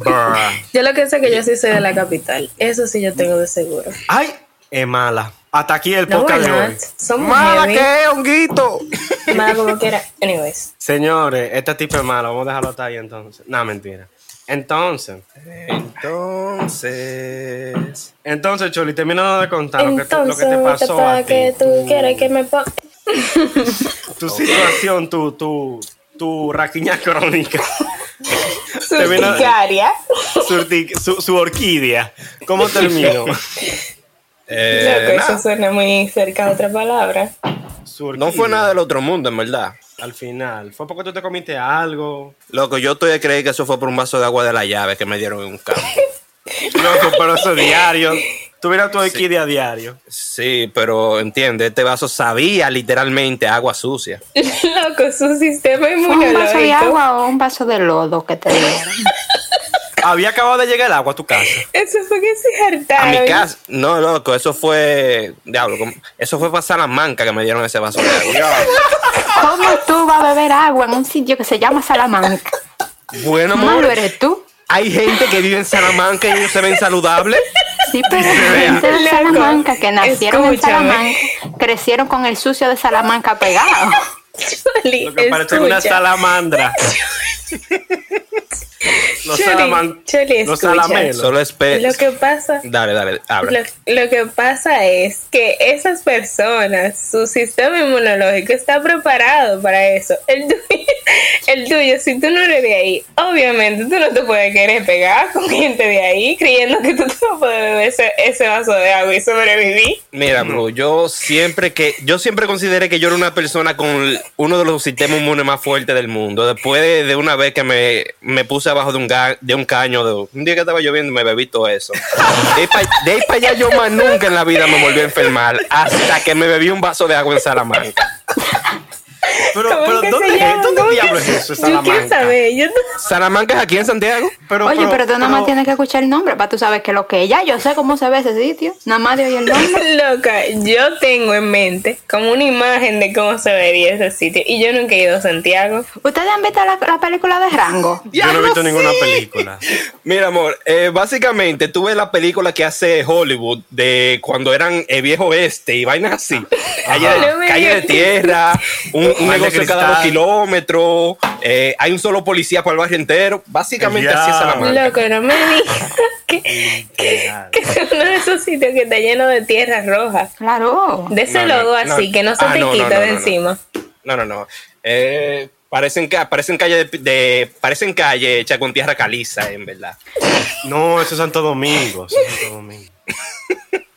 Speaker 3: [laughs] Yo lo que sé es que yo sí soy de la capital. Eso sí yo tengo de seguro.
Speaker 4: Ay, es mala. Hasta aquí el
Speaker 3: No,
Speaker 4: podcast de
Speaker 3: we're
Speaker 4: hoy.
Speaker 3: not. Somos
Speaker 4: Mala
Speaker 3: heavy.
Speaker 4: que es, honguito.
Speaker 3: Nada como quiera.
Speaker 4: [laughs]
Speaker 3: Anyways.
Speaker 4: Señores, esta tipa es mala. Vamos a dejarlo hasta ahí entonces. No, mentira. Entonces,
Speaker 2: Entonces.
Speaker 4: entonces, Choli, termina de contar lo que, te- lo que
Speaker 3: Entonces,
Speaker 4: te pasó
Speaker 3: para
Speaker 4: a ti.
Speaker 3: que tú quieres que me ponga...
Speaker 4: Tu situación, tu, tu, tu raquiña crónica. [laughs] Termina-
Speaker 3: Urticaria.
Speaker 4: Surti- su, su orquídea. ¿Cómo termino?
Speaker 1: Eh,
Speaker 3: Loco, eso
Speaker 1: nada.
Speaker 3: suena muy cerca a otra palabra.
Speaker 4: Su orquídea.
Speaker 1: No fue nada del otro mundo, en verdad.
Speaker 4: Al final. Fue porque tú te comiste algo.
Speaker 1: Loco, yo estoy a creer que eso fue por un vaso de agua de la llave que me dieron en un campo.
Speaker 4: Loco, pero eso diario. Tuviera tu orquídea diario.
Speaker 1: Sí, pero entiende, este vaso sabía literalmente a agua sucia.
Speaker 3: Loco, su sistema
Speaker 5: ¿Fue un vaso de
Speaker 3: inmunológico.
Speaker 5: agua o un vaso de lodo que te dieron?
Speaker 4: Había acabado de llegar el agua a tu casa.
Speaker 3: [laughs] Eso fue que se
Speaker 1: A
Speaker 3: hartaron.
Speaker 1: mi
Speaker 3: [laughs]
Speaker 1: casa, no, loco, eso fue, diablo, como- eso fue para Salamanca que me dieron ese vaso de agua.
Speaker 5: ¿Cómo tú vas a beber agua en un sitio que se llama Salamanca?
Speaker 1: Bueno,
Speaker 5: Malo
Speaker 1: amor,
Speaker 5: eres tú.
Speaker 1: hay gente que vive en Salamanca y ellos se ven saludables.
Speaker 5: Sí, pero gente de
Speaker 3: Loco,
Speaker 5: Salamanca que nacieron en
Speaker 3: escúchame.
Speaker 5: Salamanca, crecieron con el sucio de Salamanca pegado.
Speaker 3: Choli,
Speaker 4: Lo que parece una
Speaker 3: escucha.
Speaker 4: salamandra. [laughs] los
Speaker 3: Choli,
Speaker 4: salaman-
Speaker 3: Choli,
Speaker 4: los
Speaker 3: escucha.
Speaker 4: salamelos.
Speaker 1: Solo espera.
Speaker 3: Lo que pasa...
Speaker 1: Dale, dale,
Speaker 3: Lo,
Speaker 1: habla.
Speaker 3: lo que pasa es que esas personas, su sistema inmunológico está preparado para eso. El tuyo, [laughs] el tuyo, si tú no eres de ahí, obviamente tú no te puedes querer pegar con gente de ahí creyendo que tú te vas a poder beber ese, ese vaso de agua y sobrevivir.
Speaker 1: Mira, bro, yo siempre que yo siempre consideré que yo era una persona con uno de los sistemas inmunes más fuertes del mundo. Después de, de una vez que me, me puse abajo de un, ga- de un caño, de, un día que estaba lloviendo me bebí todo eso. De ahí para allá yo más nunca en la vida me volví a enfermar hasta que me bebí un vaso de agua en Salamanca.
Speaker 4: Pero,
Speaker 3: ¿Cómo
Speaker 4: pero
Speaker 3: que se
Speaker 4: ¿dónde,
Speaker 3: llama?
Speaker 4: ¿dónde
Speaker 3: ¿Cómo que
Speaker 4: diablos
Speaker 3: se-
Speaker 4: es eso?
Speaker 3: Yo quiero
Speaker 4: Salamanca.
Speaker 3: saber. Yo no-
Speaker 1: Salamanca es aquí en Santiago.
Speaker 5: Oye, pero tú nada más tienes que escuchar el nombre para tú sabes que lo que ella, yo sé cómo se ve ese sitio. Nada más de oír el
Speaker 3: [laughs] [laughs]
Speaker 5: nombre.
Speaker 3: Loca, yo tengo en mente como una imagen de cómo se vería ese sitio y yo nunca he ido a Santiago.
Speaker 5: ¿Ustedes han visto la, la película de Rango?
Speaker 4: Yo no he visto ninguna película.
Speaker 1: Mira, amor, eh, básicamente tú ves la película que hace Hollywood de cuando eran el viejo oeste y vainas así. Calle
Speaker 3: No
Speaker 1: de,
Speaker 3: me
Speaker 1: calle de
Speaker 3: digas.
Speaker 1: tierra, un, un
Speaker 4: Mal de
Speaker 1: negocio cada dos
Speaker 4: cristal.
Speaker 1: kilómetros, eh, hay un solo policía para el barrio entero. Básicamente así es
Speaker 4: Ya.
Speaker 1: Salamanca.
Speaker 3: Loco, no me digas que, [laughs] que, que es uno de esos sitios que está lleno de tierra roja.
Speaker 5: Claro.
Speaker 3: De
Speaker 1: No,
Speaker 3: ese
Speaker 1: no,
Speaker 3: lodo
Speaker 1: no.
Speaker 3: así, que no se
Speaker 1: Ah,
Speaker 3: te
Speaker 1: no, no,
Speaker 3: quita
Speaker 1: no,
Speaker 3: de
Speaker 1: no, no.
Speaker 3: encima.
Speaker 1: No, no, no. Eh, parecen, ca- parecen calle de, de- parecen calle hecha con tierra caliza, en verdad.
Speaker 4: No, eso es Santo Domingo. eso es Santo Domingo.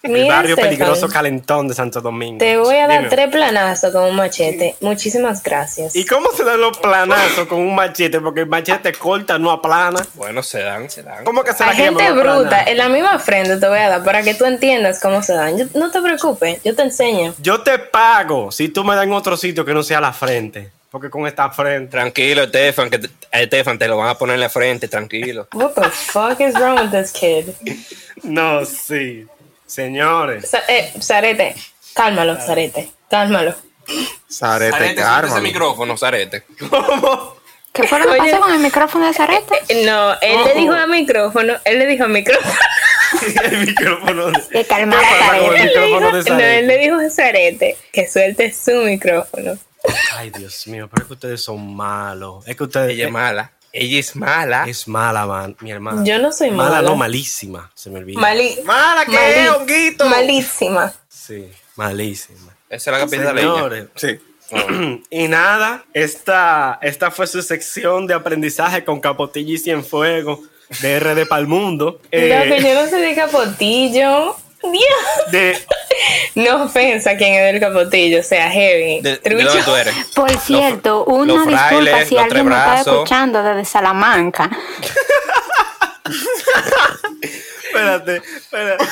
Speaker 4: El
Speaker 3: Mira,
Speaker 4: barrio
Speaker 3: Estefan,
Speaker 4: peligroso calentón de Santo Domingo.
Speaker 3: Te voy a dar
Speaker 4: Dime.
Speaker 3: tres planazos con un machete. Muchísimas gracias.
Speaker 4: ¿Y cómo se dan los planazos con un machete? Porque el machete corta, no aplana.
Speaker 1: Bueno, se dan, se dan.
Speaker 4: ¿Cómo que se
Speaker 3: A
Speaker 4: la
Speaker 3: gente
Speaker 4: llaman aplana?
Speaker 3: bruta, eh. en la misma frente te voy a dar para que tú entiendas cómo se dan. Yo- no te preocupes, yo te enseño.
Speaker 4: Yo te pago si tú me das en otro sitio que no sea la frente. Porque con esta frente.
Speaker 1: Tranquilo, Estefan, que te, a Estefan te lo van a poner en la frente, tranquilo.
Speaker 3: What the fuck is wrong with this kid?
Speaker 4: No, sí. Señores.
Speaker 3: Sa- eh, Zarete, cálmalo, Zarete, cálmalo.
Speaker 2: Sarete,
Speaker 1: Sarete,
Speaker 2: arma.
Speaker 1: ese micrófono, Sarete.
Speaker 4: ¿Cómo? [laughs]
Speaker 5: ¿Qué fue lo que
Speaker 3: Oye.
Speaker 5: pasó con el micrófono de Zareta?
Speaker 3: No, él le
Speaker 1: Oh.
Speaker 3: dijo a micrófono, él le dijo a micrófono.
Speaker 4: el micrófono. de-
Speaker 5: Que calmar
Speaker 4: ¿Qué pasa
Speaker 5: a
Speaker 4: con el
Speaker 5: Zareta.
Speaker 4: micrófono de
Speaker 3: No, él
Speaker 4: Sarete?
Speaker 3: le dijo a Zarete que suelte su micrófono.
Speaker 4: Ay, Dios mío, pero es que ustedes son malos. Es que ustedes.
Speaker 1: Ella es mala. Ella es mala.
Speaker 4: Eh, Es mala, man, mi hermana.
Speaker 3: Yo no soy
Speaker 4: mala.
Speaker 3: mala.
Speaker 4: no, malísima. Se me olvida.
Speaker 3: Mali-
Speaker 2: Mala que es,
Speaker 3: mali-
Speaker 2: honguito.
Speaker 3: Malísima.
Speaker 4: sí, malísima.
Speaker 1: Esa es la capilla de ella.
Speaker 4: Señores.
Speaker 2: Sí.
Speaker 4: Y nada, esta, esta fue su sección de aprendizaje con Capotilla y Cienfuegos de RD para
Speaker 3: [laughs]
Speaker 4: el mundo. Eh,
Speaker 3: Loco, yo no soy de capotillo. Dios.
Speaker 4: de,
Speaker 3: No ofensa a quien es del capotillo, o sea, heavy.
Speaker 1: ¿De, de
Speaker 3: Trucho.
Speaker 1: dónde tú eres?
Speaker 5: Por cierto, una
Speaker 1: los
Speaker 5: disculpa
Speaker 1: frailes,
Speaker 5: si
Speaker 1: los
Speaker 5: alguien me está
Speaker 1: trebrazos.
Speaker 5: escuchando desde Salamanca.
Speaker 4: espérate, espérate.
Speaker 3: [laughs]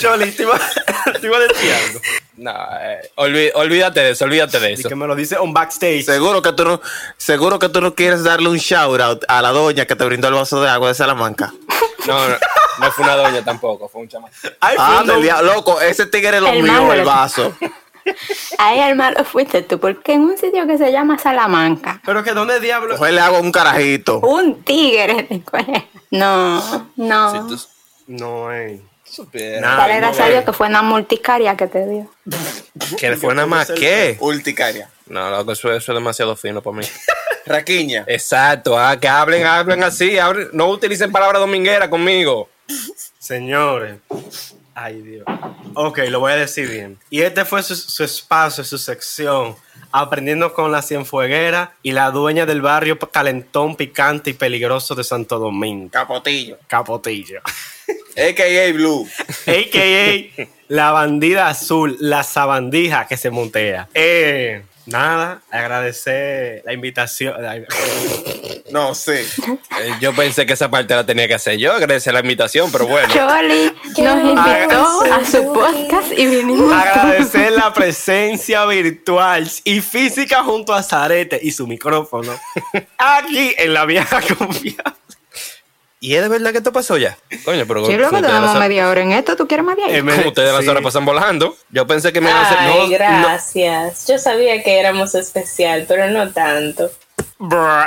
Speaker 4: Choli, te iba, [laughs] te iba a decir algo.
Speaker 1: No, eh, olví- olvídate de eso, olvídate de
Speaker 4: Y
Speaker 1: eso.
Speaker 4: que me lo dice on backstage.
Speaker 2: Seguro que tú no, seguro que tú no quieres darle un shout out a la doña que te brindó el vaso de agua de Salamanca.
Speaker 1: No, no, no fue una doña tampoco, fue un chamaco.
Speaker 4: Ay,
Speaker 2: Ah,
Speaker 4: fue un-
Speaker 2: loco, ese tigre lo
Speaker 5: El
Speaker 2: mío,
Speaker 5: malo.
Speaker 2: el vaso.
Speaker 5: Ahí el malo [laughs] fuiste tú, porque en un sitio que se llama Salamanca,
Speaker 4: pero que dónde diablo.
Speaker 2: Ojalá le hago un carajito.
Speaker 5: un tigre. te coge. No,
Speaker 1: Si
Speaker 5: no.
Speaker 1: tú
Speaker 4: No, eh.
Speaker 1: supieras
Speaker 4: Nada.
Speaker 5: Dale gracias a Dios que fue una multicaria que te dio.
Speaker 1: que fue nada más que.
Speaker 2: Ulticaria.
Speaker 1: No, loco, eso, eso es demasiado fino para mí.
Speaker 2: Raquiña.
Speaker 1: Exacto, ah, que hablen, hablen así, hablen- no utilicen palabras domingueras conmigo.
Speaker 4: Señores. Ay, Dios. Ok, lo voy a decir bien. Y este fue su, su espacio, su sección. Aprendiendo con la cienfueguera y la dueña del barrio calentón, picante y peligroso de Santo Domingo.
Speaker 2: Capotillo.
Speaker 4: Capotillo. [laughs]
Speaker 2: AKA Blue.
Speaker 4: A.K.A. la bandida azul, la sabandija que se montea. Eh, nada, agradecer la invitación.
Speaker 2: No, sí.
Speaker 1: Eh, Yo pensé que esa parte la tenía que hacer yo, gracias a la invitación, pero bueno.
Speaker 5: Choli nos invitó a su podcast y vinimos.
Speaker 4: Agradecer la presencia virtual y física junto a Zarete y su micrófono. Aquí en la vieja confianza.
Speaker 1: ¿Y es de verdad que esto pasó ya? Coño, pero
Speaker 5: Yo creo que
Speaker 1: ustedes
Speaker 5: tenemos
Speaker 1: las-
Speaker 5: media hora en esto. ¿Tú quieres más de ahí?
Speaker 4: Em- [laughs]
Speaker 1: como ustedes las
Speaker 4: Sí.
Speaker 1: horas pasan volando, yo pensé que me iban a hacer.
Speaker 3: Ay,
Speaker 1: no, no,
Speaker 3: gracias. Yo sabía que éramos especial, pero no tanto. [laughs]
Speaker 4: Brr.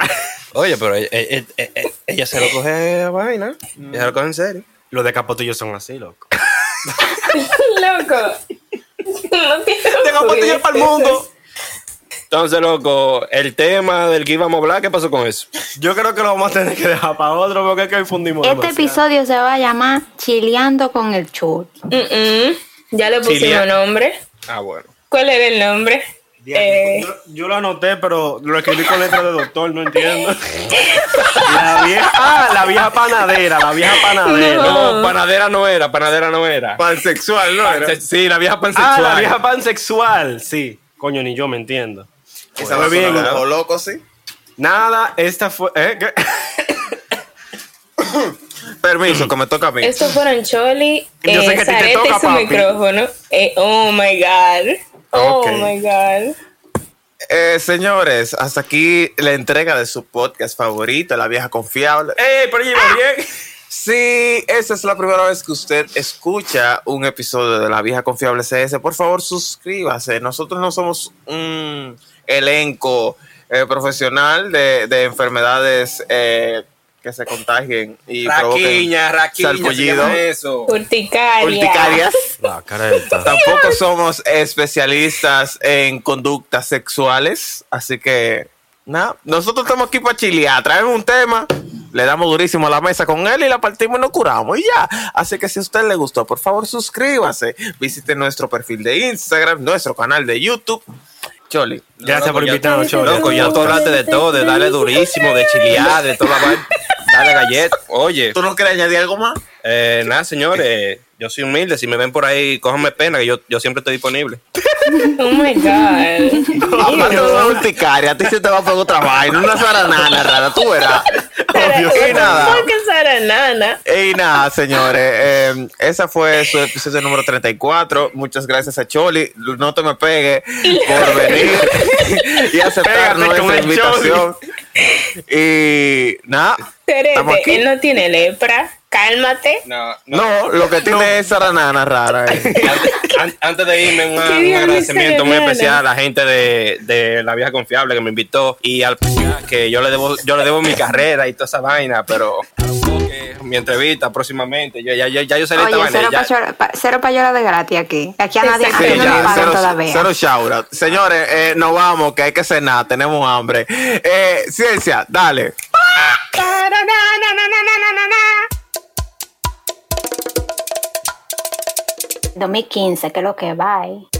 Speaker 1: Oye, pero eh, eh, eh, eh, ella se lo coge a vaina. Ella se lo coge en serio.
Speaker 4: Los de Capotillo son así, loco.
Speaker 3: Loco. No tiene
Speaker 4: ¡De Capotillo para el mundo!
Speaker 1: Entonces, loco, el tema del que íbamos a hablar, ¿qué pasó con eso?
Speaker 4: Yo creo que lo vamos a tener que dejar para otro porque es que hoy fundimos
Speaker 5: Este
Speaker 4: demasiado.
Speaker 5: episodio se va a llamar Chileando con el Chul.
Speaker 3: Mm-mm. Ya le pusimos
Speaker 1: Chilia.
Speaker 3: nombre.
Speaker 1: Ah, bueno.
Speaker 3: ¿Cuál era el nombre? Eh,
Speaker 4: Yo, yo lo anoté, pero lo escribí con letra de doctor, no entiendo. La vieja, ah, la vieja panadera, la vieja panadera.
Speaker 1: No, panadera no era, panadera no era.
Speaker 2: Pansexual, ¿no? Era?
Speaker 1: Se- Sí, la vieja
Speaker 4: Ah,
Speaker 1: pansexual.
Speaker 4: la vieja pansexual, sí. Coño, ni yo me entiendo.
Speaker 2: Esa
Speaker 4: Fue bien,
Speaker 2: bien,
Speaker 4: ¿no?
Speaker 2: loco, sí.
Speaker 4: Nada, esta fue. ¿eh? ¿Qué?
Speaker 2: Permiso, que me toca a mí.
Speaker 3: estos fueron Choli,
Speaker 4: Yo sé
Speaker 3: eh,
Speaker 4: que a ti te
Speaker 3: Zarete
Speaker 4: toca,
Speaker 3: y su
Speaker 4: papi.
Speaker 3: micrófono. Eh, oh my God. Oh
Speaker 2: Ok.
Speaker 3: my God.
Speaker 2: Eh, señores, hasta aquí la entrega de su podcast favorito, La Vieja Confiable.
Speaker 4: ¡Ey, pero llevo bien!
Speaker 2: Si esta es la primera vez que usted escucha un episodio de La Vieja Confiable CS, por favor suscríbase. Nosotros no somos un elenco eh, profesional de, de enfermedades eh, que se contagien y provoquen
Speaker 1: raquiña, se
Speaker 2: salpullido.
Speaker 1: llama eso.
Speaker 3: Urticaria.
Speaker 2: urticarias.
Speaker 4: La careta.
Speaker 2: Tampoco somos especialistas en conductas sexuales, así que nada, nosotros estamos aquí para chilear, traemos un tema, le damos durísimo a la mesa con él y la partimos y nos curamos y ya. Así que si a usted le gustó, por favor suscríbase, visite nuestro perfil de Instagram, nuestro canal de YouTube. Choli,
Speaker 1: No,
Speaker 4: Gracias
Speaker 1: loco,
Speaker 4: por
Speaker 1: ya-
Speaker 4: invitarnos, Cholo.
Speaker 1: Loco, ya tú hablaste de todo, de darle durísimo, de chilear, de toda la vaina. Dale galleta. Oye,
Speaker 2: ¿Tú no quieres añadir algo más?
Speaker 1: eh, nada, señores, yo soy humilde. Si me ven por ahí, cójanme pena, que yo, yo siempre estoy disponible.
Speaker 3: Oh my
Speaker 4: [laughs]
Speaker 3: God.
Speaker 2: Aparte de una urticaria, a ti se te va a poner otra vaina, una zaranana rara, tú verás. Y nada.
Speaker 3: ¿Por qué Sara Nana?
Speaker 2: Y nada, señores, eh, esa fue su episodio número 34. Muchas gracias a Choli, no te me pegue
Speaker 5: [laughs]
Speaker 2: por venir y aceptar
Speaker 4: Pégate con
Speaker 2: nuestra
Speaker 4: el
Speaker 2: invitación. Y nada, estamos
Speaker 3: Terete,
Speaker 2: aquí.
Speaker 3: él no tiene lepra. Cálmate.
Speaker 1: No,
Speaker 2: No, lo que tiene es zaranana rara.
Speaker 5: [laughs]
Speaker 2: eh.
Speaker 1: Antes, an- antes de irme, una-
Speaker 3: Sí,
Speaker 1: un,
Speaker 3: dígame,
Speaker 1: agradecimiento muy
Speaker 3: Serena.
Speaker 1: especial a la gente de, de La Vieja Confiable que me invitó y al que yo le debo, yo le debo mi carrera y toda esa vaina, pero eh, mi entrevista próximamente, yo, ya, ya, ya yo salí de esta
Speaker 5: Oye,
Speaker 1: vaina.
Speaker 5: cero
Speaker 1: ya-
Speaker 5: payola, pa- cero payola de gratis aquí. Aquí a nadie
Speaker 3: Exacto.
Speaker 5: aquí
Speaker 2: Sí,
Speaker 5: no nos
Speaker 2: ya,
Speaker 5: pagan
Speaker 2: cero,
Speaker 5: todavía.
Speaker 2: cero shout out. Señores, eh, nos vamos, que hay que cenar, tenemos hambre. Eh, ciencia, dale.
Speaker 3: Ta-ra-na-na-na-na-na-na-na.
Speaker 5: 2015, que lo que va, eh.